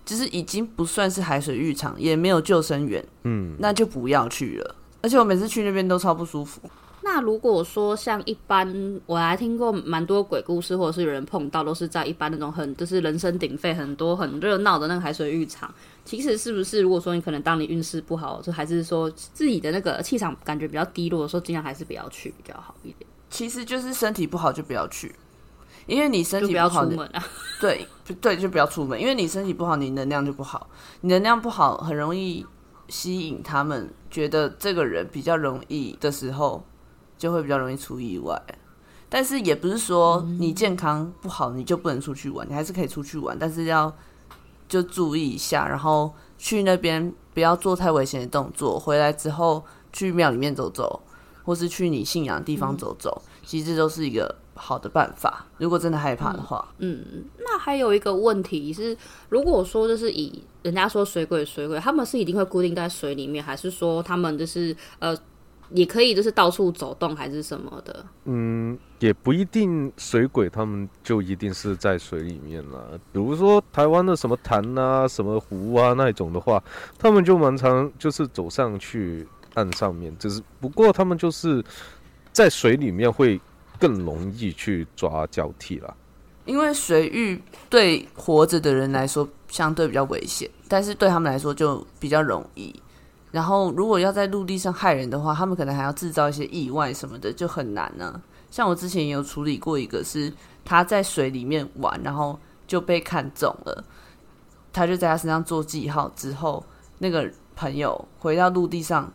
C: 就是已经不算是海水浴场，也没有救生员，
B: 嗯，
C: 那就不要去了。而且我每次去那边都超不舒服。
D: 那如果说像一般，我还听过蛮多鬼故事，或者是有人碰到，都是在一般那种很就是人声鼎沸、很多很热闹的那个海水浴场。其实是不是，如果说你可能当你运势不好，就还是说自己的那个气场感觉比较低落的时候，尽量还是不要去比较好一点，
C: 其实就是身体不好就不要去，因为你身
D: 就
C: 体
D: 不
C: 不
D: 要
C: 好，
D: 出门啊。
C: 对不对，就不要出门，因为你身体不好，你能量就不好，你能量不好很容易吸引他们觉得这个人比较容易的时候，就会比较容易出意外。但是也不是说你健康不好你就不能出去玩，你还是可以出去玩，但是要就注意一下，然后去那边不要做太危险的动作，回来之后去庙里面走走，或是去你信仰的地方走走，其实这都是一个好的办法。如果真的害怕的话，
D: 嗯，那还有一个问题是，如果说就是以人家说水鬼水鬼，他们是一定会固定在水里面，还是说他们就是呃也可以就是到处走动，还是什么的？
B: 嗯，也不一定水鬼他们就一定是在水里面了。比如说台湾的什么潭啊、什么湖啊那一种的话，他们就蛮常就是走上去岸上面，只是不过他们就是在水里面会更容易去抓交替啦。
C: 因为水域对活着的人来说相对比较危险，但是对他们来说就比较容易。然后如果要在陆地上害人的话，他们可能还要制造一些意外什么的，就很难呢、像我之前也有处理过一个是他在水里面玩，然后就被看中了，他就在他身上做记号之后，那个朋友回到陆地上。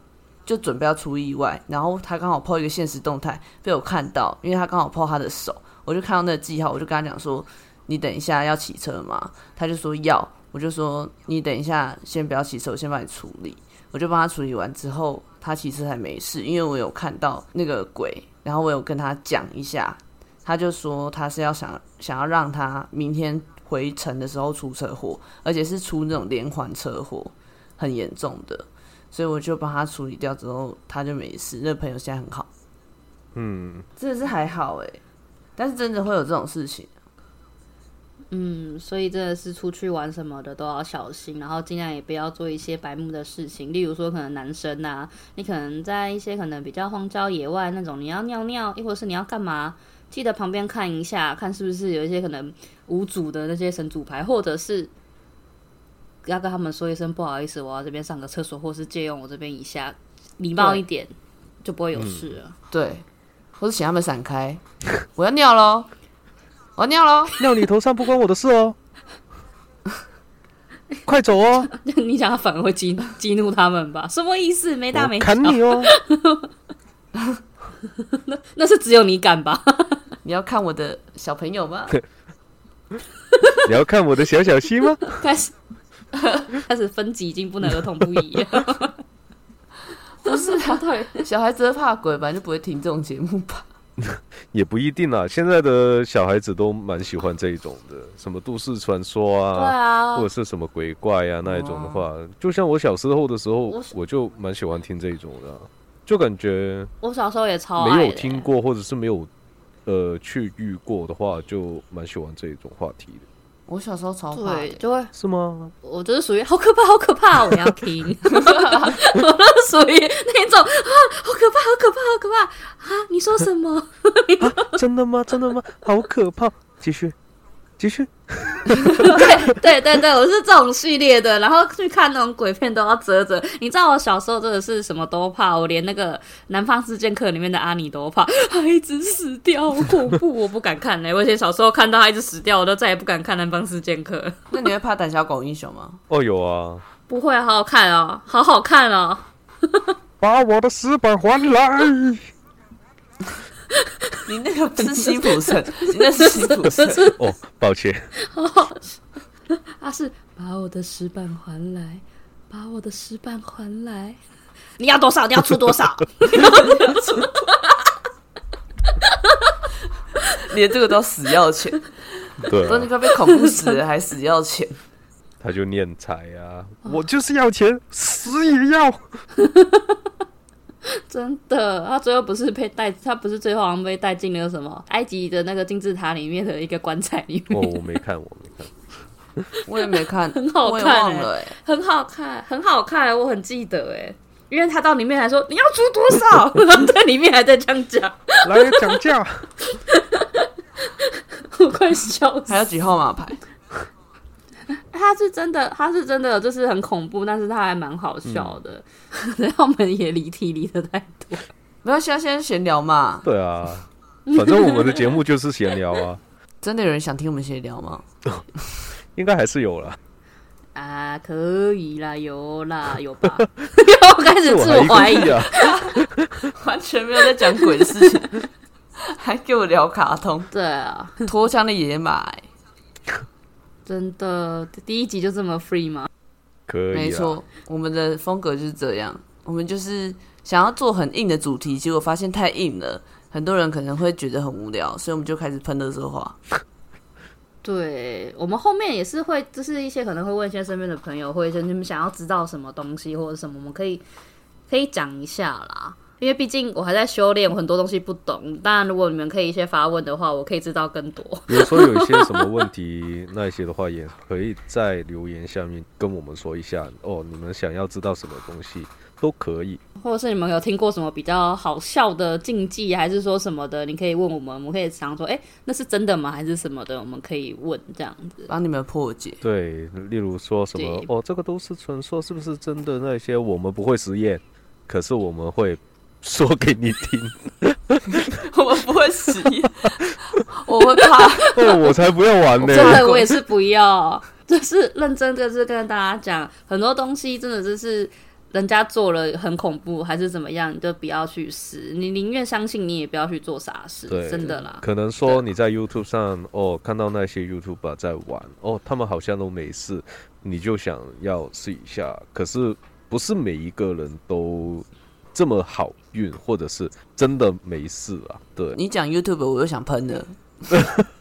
C: 就准备要出意外，然后他刚好 PO 一个现实动态被我看到，因为他刚好 PO 他的手，我就看到那个记号，我就跟他讲说：“你等一下要骑车吗？”他就说要，我就说：“你等一下先不要骑车，我先帮你处理。”我就帮他处理完之后，他其实还没事，因为我有看到那个鬼，然后我有跟他讲一下，他就说他是要想想要让他明天回程的时候出车祸，而且是出那种连环车祸，很严重的。所以我就帮他处理掉之后，他就没事。那个朋友现在很好，
B: 嗯，
C: 真的是还好哎、但是真的会有这种事情。
D: 嗯，所以真的是出去玩什么的都要小心，然后尽量也不要做一些白目的事情，例如说可能男生呐、你可能在一些可能比较荒郊野外那种，你要尿尿，亦或是你要干嘛，记得旁边看一下，看是不是有一些可能无主的那些神主牌，或者是要跟他们说一声不好意思，我要这边上个厕所，或是借用我这边一下，礼貌一点，就不会有事
B: 嗯
D: 了。
C: 对，或是请他们闪开。 [LAUGHS] 我要尿喽，我要尿喽。
B: 尿你头上不关我的事哦，快走哦，
D: [LAUGHS] 你想要反而会激激怒他们吧？什么意思？没大
B: 我
D: 没小，
B: 砍你哦。
D: 那是只有你敢吧？
C: 你要看我的小朋友吗？ [LAUGHS]
B: 你要看我的小小心吗？
D: 开始 [LAUGHS] 开始分级已经不能儿童不宜 [LAUGHS] 了。
C: 不是啊，到底小孩子会怕鬼，本来就不会听这种节目吧？
B: 也不一定啦。啊现在的小孩子都蛮喜欢这一种的，什么都市传说
D: 对
B: 啊，
D: 啊哦
B: 或，者是什么鬼怪啊那一种的话，就像我小时候的时候
D: 我，是
B: 我就蛮喜欢听这一种的啊、就感觉
D: 我小时候也超爱的
B: 没有听过或者是没有呃去遇过的话，就蛮喜欢这一种话题的，
C: 我小时候超怕
D: 对，
C: 的，
D: 就会
B: 是吗？
D: 我就是属于好可怕，好可怕，我要听， [LAUGHS] 我就是属于那种啊，好可怕，好可怕，好可怕啊！你说什么？
B: 真的吗？真的吗？好可怕！继续，继续。
D: [LAUGHS] 对对对，我是这种系列的，然后去看那种鬼片都要遮着。你知道我小时候真的是什么都怕，我连那个《南方四剑客》里面的阿尼都怕，孩子死掉，好恐怖，我不敢看嘞、我以前小时候看到他一直死掉，我都再也不敢看《南方四剑客》了。
C: 那你会怕胆小狗英雄吗？
B: 哦，有啊，
D: 不会，好好看哦，好好看哦。
A: 把我的石板还来！
C: 你那个不是辛普森， [LAUGHS] 你那是辛普森。
D: [LAUGHS]
B: 哦，抱歉，
D: 他啊是把我的石板还来，把我的石板还来。你要多少？你要出多少？
C: 连这个都死要钱，
B: 对
C: 都你
B: 啊、
C: 快被恐怖死了还死要钱，
B: 他就念财
D: [LAUGHS]
B: 啊，
A: 我就是要钱，死也要！
D: 真的，他最后不是被带，他不是最后好像被带进了什么埃及的那个金字塔里面的一个棺材里面，
B: 哦，我没看，我没看。
C: 我也没 [LAUGHS] 看，
D: 很好看
C: 我也忘了、欸。
D: [LAUGHS] 很好看，很好看，我很记得哎，因为他到里面还说你要出多 [LAUGHS] 少，然后在里面还在这样讲，
A: 来讲价，
D: 我快笑死
C: 还。有几号码牌？
D: 他是真的，他是真的，就是很恐怖，但是他还蛮好笑的。然后我们也离题离的太多，
C: 没关系啊，现在闲聊嘛。
B: 对啊，反正我们的节目就是闲聊啊，
C: 真的有人想听我们闲聊吗？
B: 应该还是有啦。
D: 啊，可以啦，有啦，有 [LAUGHS] 吧？然后开始 [LAUGHS] 自我怀疑，
B: 个屁啊！
C: [LAUGHS] 完全没有在讲鬼的事情， [LAUGHS] 还给我聊卡通，
D: 对啊，
C: 脱缰的野马、欸，
D: 真的，第一集就这么 free 吗？
B: 可以，啊
C: 没，错，我们的风格就是这样，我们就是想要做很硬的主题，结果发现太硬了，很多人可能会觉得很无聊，所以我们就开始喷热色话。
D: 对我们后面也是会，就是一些可能会问一些身边的朋友，或者是你们想要知道什么东西或者什么，我们可以可以讲一下啦。因为毕竟我还在修炼，我很多东西不懂。当然，如果你们可以一些发问的话，我可以知道更多。 [LAUGHS]
B: 比如说有一些什么问题，那一些的话也可以在留言下面跟我们说一下哦，你们想要知道什么东西都可以。
D: 或者是你们有听过什么比较好笑的禁忌，还是说什么的，你可以问我们，我们可以常说，哎、那是真的吗？还是什么的，我们可以问这样子。
C: 帮你们破解。
B: 对，例如说什么
D: 对
B: 哦，这个都是传说，是不是真的？那些我们不会实验，可是我们会说给你听。
C: [LAUGHS] 我们不会实验， [LAUGHS] 我会怕。
B: 哦，我才不要玩呢、
D: 真的，我也是不要，就是认真，就是跟大家讲，很多东西真的就是人家做了很恐怖，还是怎么样，你就不要去试。你宁愿相信，你也不要去做傻事
B: 对，
D: 真的啦。
B: 可能说你在 YouTube 上哦，看到那些 YouTuber 在玩哦，他们好像都没事，你就想要试一下。可是不是每一个人都这么好运，或者是真的没事啊？对，
C: 你讲 YouTube，我又想喷了。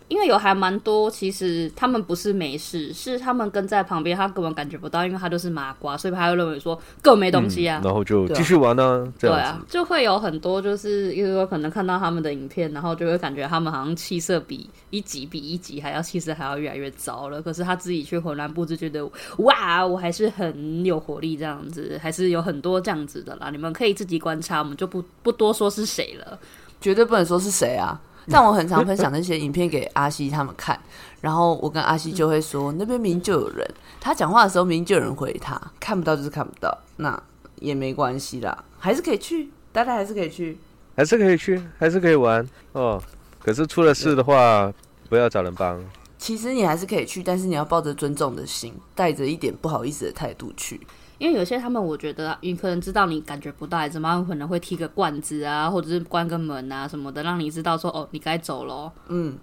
D: 因为有还蛮多，其实他们不是没事，是他们跟在旁边，他根本感觉不到，因为他就是麻瓜，所以他会认为说更没东西啊。
B: 嗯然后就
C: 对啊
B: 继续玩呢、这
D: 对
B: 样子。
D: 啊，就会有很多就是，因为我可能看到他们的影片，然后就会感觉他们好像气色比一集比一集还要气色还要越来越糟了。可是他自己却浑然不知，觉得哇，我还是很有活力这样子，还是有很多这样子的啦。你们可以自己观察，我们就不不多说是谁了。
C: 绝对不能说是谁啊。但我很常分享那些影片给阿西他们看，然后我跟阿西就会说，那边明明就有人，他讲话的时候明明就有人回他，看不到就是看不到，那也没关系啦，还是可以去，大家还是可以去。
B: 还是可以去，还是可以玩哦。可是出了事的话，不要找人帮。
C: 其实你还是可以去，但是你要抱着尊重的心，带着一点不好意思的态度去。
D: 因为有些他们，我觉得你可能知道你感觉不到，怎么样可能会踢个罐子啊，或者是关个门啊什么的，让你知道说哦，你该走咯。
C: 嗯，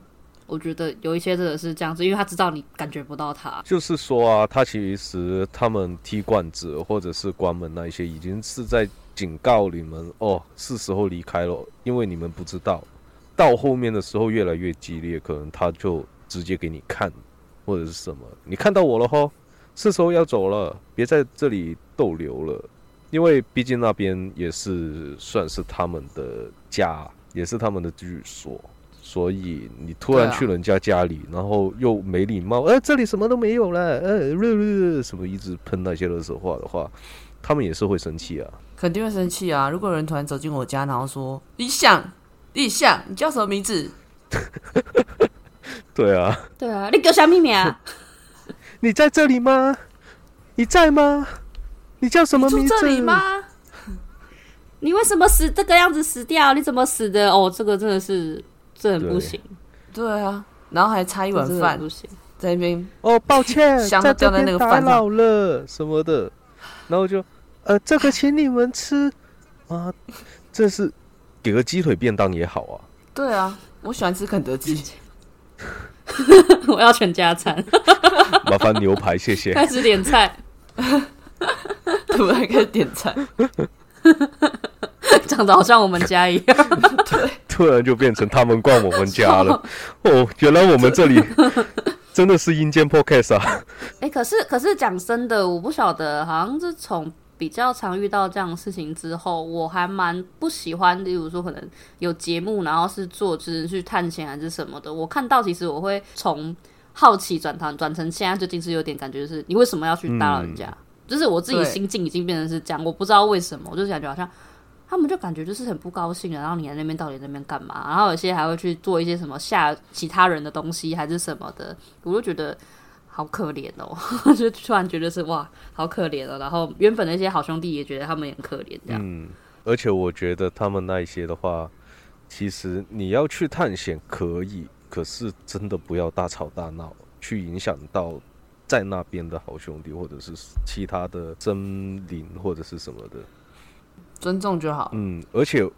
D: 我觉得有一些真的是这样子，因为他知道你感觉不到他。
B: 就是说啊，他其实他们踢罐子或者是关门那一些，已经是在警告你们哦，是时候离开了，因为你们不知道，到后面的时候越来越激烈，可能他就直接给你看，或者是什么，你看到我了吼，是时候要走了，别在这里逗留了，因为毕竟那边也是算是他们的家，也是他们的居所。所以你突然
C: 对啊
B: 去人家家里，然后又没礼貌，呃，这里什么都没有了，呃，呃呃什么一直喷那些垃圾话的话，他们也是会生气啊。
C: 肯定会生气啊！如果有人突然走进我家，然后说李想，李想，你叫什么名字？
B: 对啊，
D: 对啊，你叫啥物名？
B: 你在这里吗？你在吗？你叫什
C: 你
B: 么
C: 住
B: 名字？
C: 这里吗？
D: 你为什么死这个样子死掉？你怎么死的？哦，这个真的是，这很不行，
C: 对啊，然后还差一碗
D: 这真的
C: 饭
D: 不行。 [LAUGHS]
C: 在那边，
B: 哦，抱歉，
C: 香
B: 在
C: 都
B: 这
C: 掉在那
B: 边
C: 个
B: 打
C: 饭上
B: 扰了什么的，然后就，呃，这个请你们吃啊，这是给个鸡腿便当也好啊。
C: 对啊，我喜欢吃肯德基，
D: 我要全家餐，
B: 麻烦牛排，谢
D: [LAUGHS]
B: 谢。
D: 开始点菜，
C: [LAUGHS] 突然开始点菜，
D: 长得好像我们家一样。
B: 突然就变成他们逛我们家了。哦，原来我们这里真的是阴间 podcast 啊！
D: 哎、可是可是讲真的，我不晓得，好像是从比较常遇到这样的事情之后，我还蛮不喜欢，例如说可能有节目，然后是做就是去探险还是什么的，我看到其实我会从好奇转谈转成现在最近是有点感觉是，你为什么要去打扰人家？就是我自己
C: 对
D: 心境已经变成是这样，我不知道为什么，我就感觉好像。他们就感觉就是很不高兴了，然后你在那边到底在那边干嘛？然后有些还会去做一些什么吓其他人的东西还是什么的，我就觉得好可怜哦， [LAUGHS] 就突然觉得是哇，好可怜哦。然后原本那些好兄弟也觉得他们也很可怜，这样、
B: 嗯，而且我觉得他们那一些的话，其实你要去探险可以，可是真的不要大吵大闹，去影响到在那边的好兄弟或者是其他的森林或者是什么的。
C: 尊重就好。
B: 嗯，而且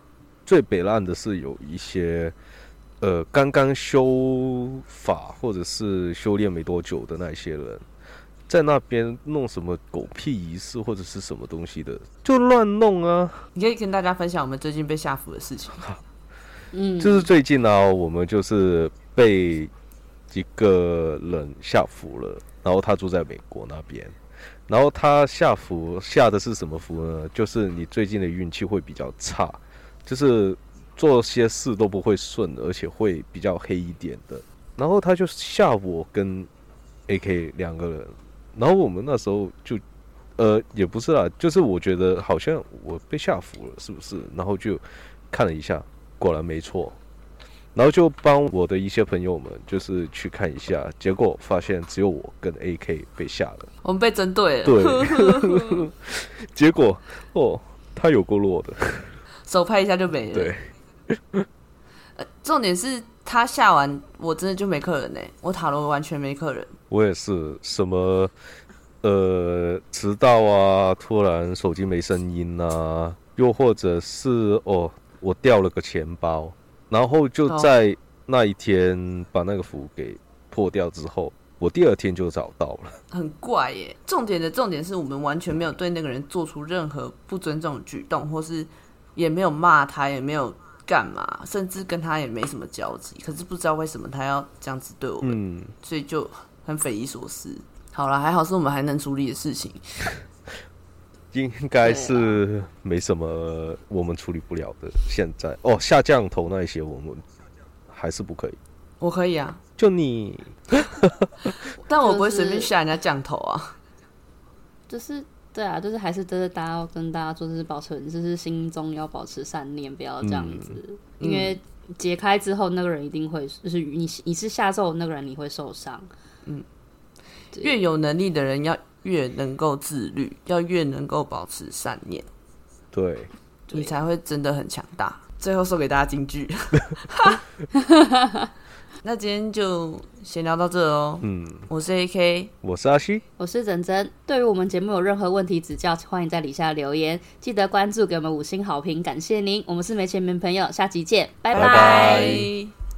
B: 最北岸的是有一些呃刚刚修法或者是修炼没多久的那些人，在那边弄什么狗屁仪式或者是什么东西的，就乱弄啊。
C: 你可以跟大家分享我们最近被吓唬的事情。
D: 嗯，
B: 就是最近呢、我们就是被一个人吓服了，然后他住在美国那边，然后他下服下的是什么服呢？就是你最近的运气会比较差，就是做些事都不会顺，而且会比较黑一点的。然后他就吓我跟 AK 两个人，然后我们那时候就。呃，也不是啦，就是我觉得好像我被吓服了，是不是？然后就看了一下，果然没错。然后就帮我的一些朋友们，就是去看一下，结果发现只有我跟 AK 被吓了。
C: 我们被针对了，
B: 对，结果哦，他有够弱的。
C: 手拍一下就没了。
B: 对，
C: 重点是他吓完，我真的就没客人呢、我塔罗完全没客人。
B: 我也是什么呃迟到啊，突然手机没声音啊，又或者是哦我掉了个钱包，然后就
C: 哦
B: 在那一天把那个符给破掉之后，我第二天就找到了。
C: 很怪耶。重点的重点是我们完全没有对那个人做出任何不尊重的举动，或是也没有骂他，也没有干嘛，甚至跟他也没什么交集。可是不知道为什么他要这样子对我们，
B: 嗯。
C: 所以就很匪夷所思。好了，还好是我们还能处理的事情。
B: 应该是没什么我们处理不了的。现在哦，下降头那一些我们还是不可以。
C: 我可以啊，
B: 就你
C: 但我不会
D: 就是
C: 随便下人家降头啊。
D: 就是对啊，就是还是真的大家要跟大家说，就是保持就是心中要保持善念，不要这样子，因为解开之后那个人一定会就是你你是下咒的那个人你会受伤，对
C: 越有能力的人要越能够自律，要越能够保持善念，
B: 对，
C: 你
D: 对
C: 才会真的很强大。最后送给大家金
D: [LAUGHS]
C: 句。那今天就先聊到这哦。
B: 嗯，
C: 我是 AK，
B: 我是阿西，
D: 我是珍珍，对于我们节目有任何问题指教，欢迎在底下留言，记得关注，给我们五星好评，感谢您。我们是没钱没朋友，下集见，拜
B: 拜拜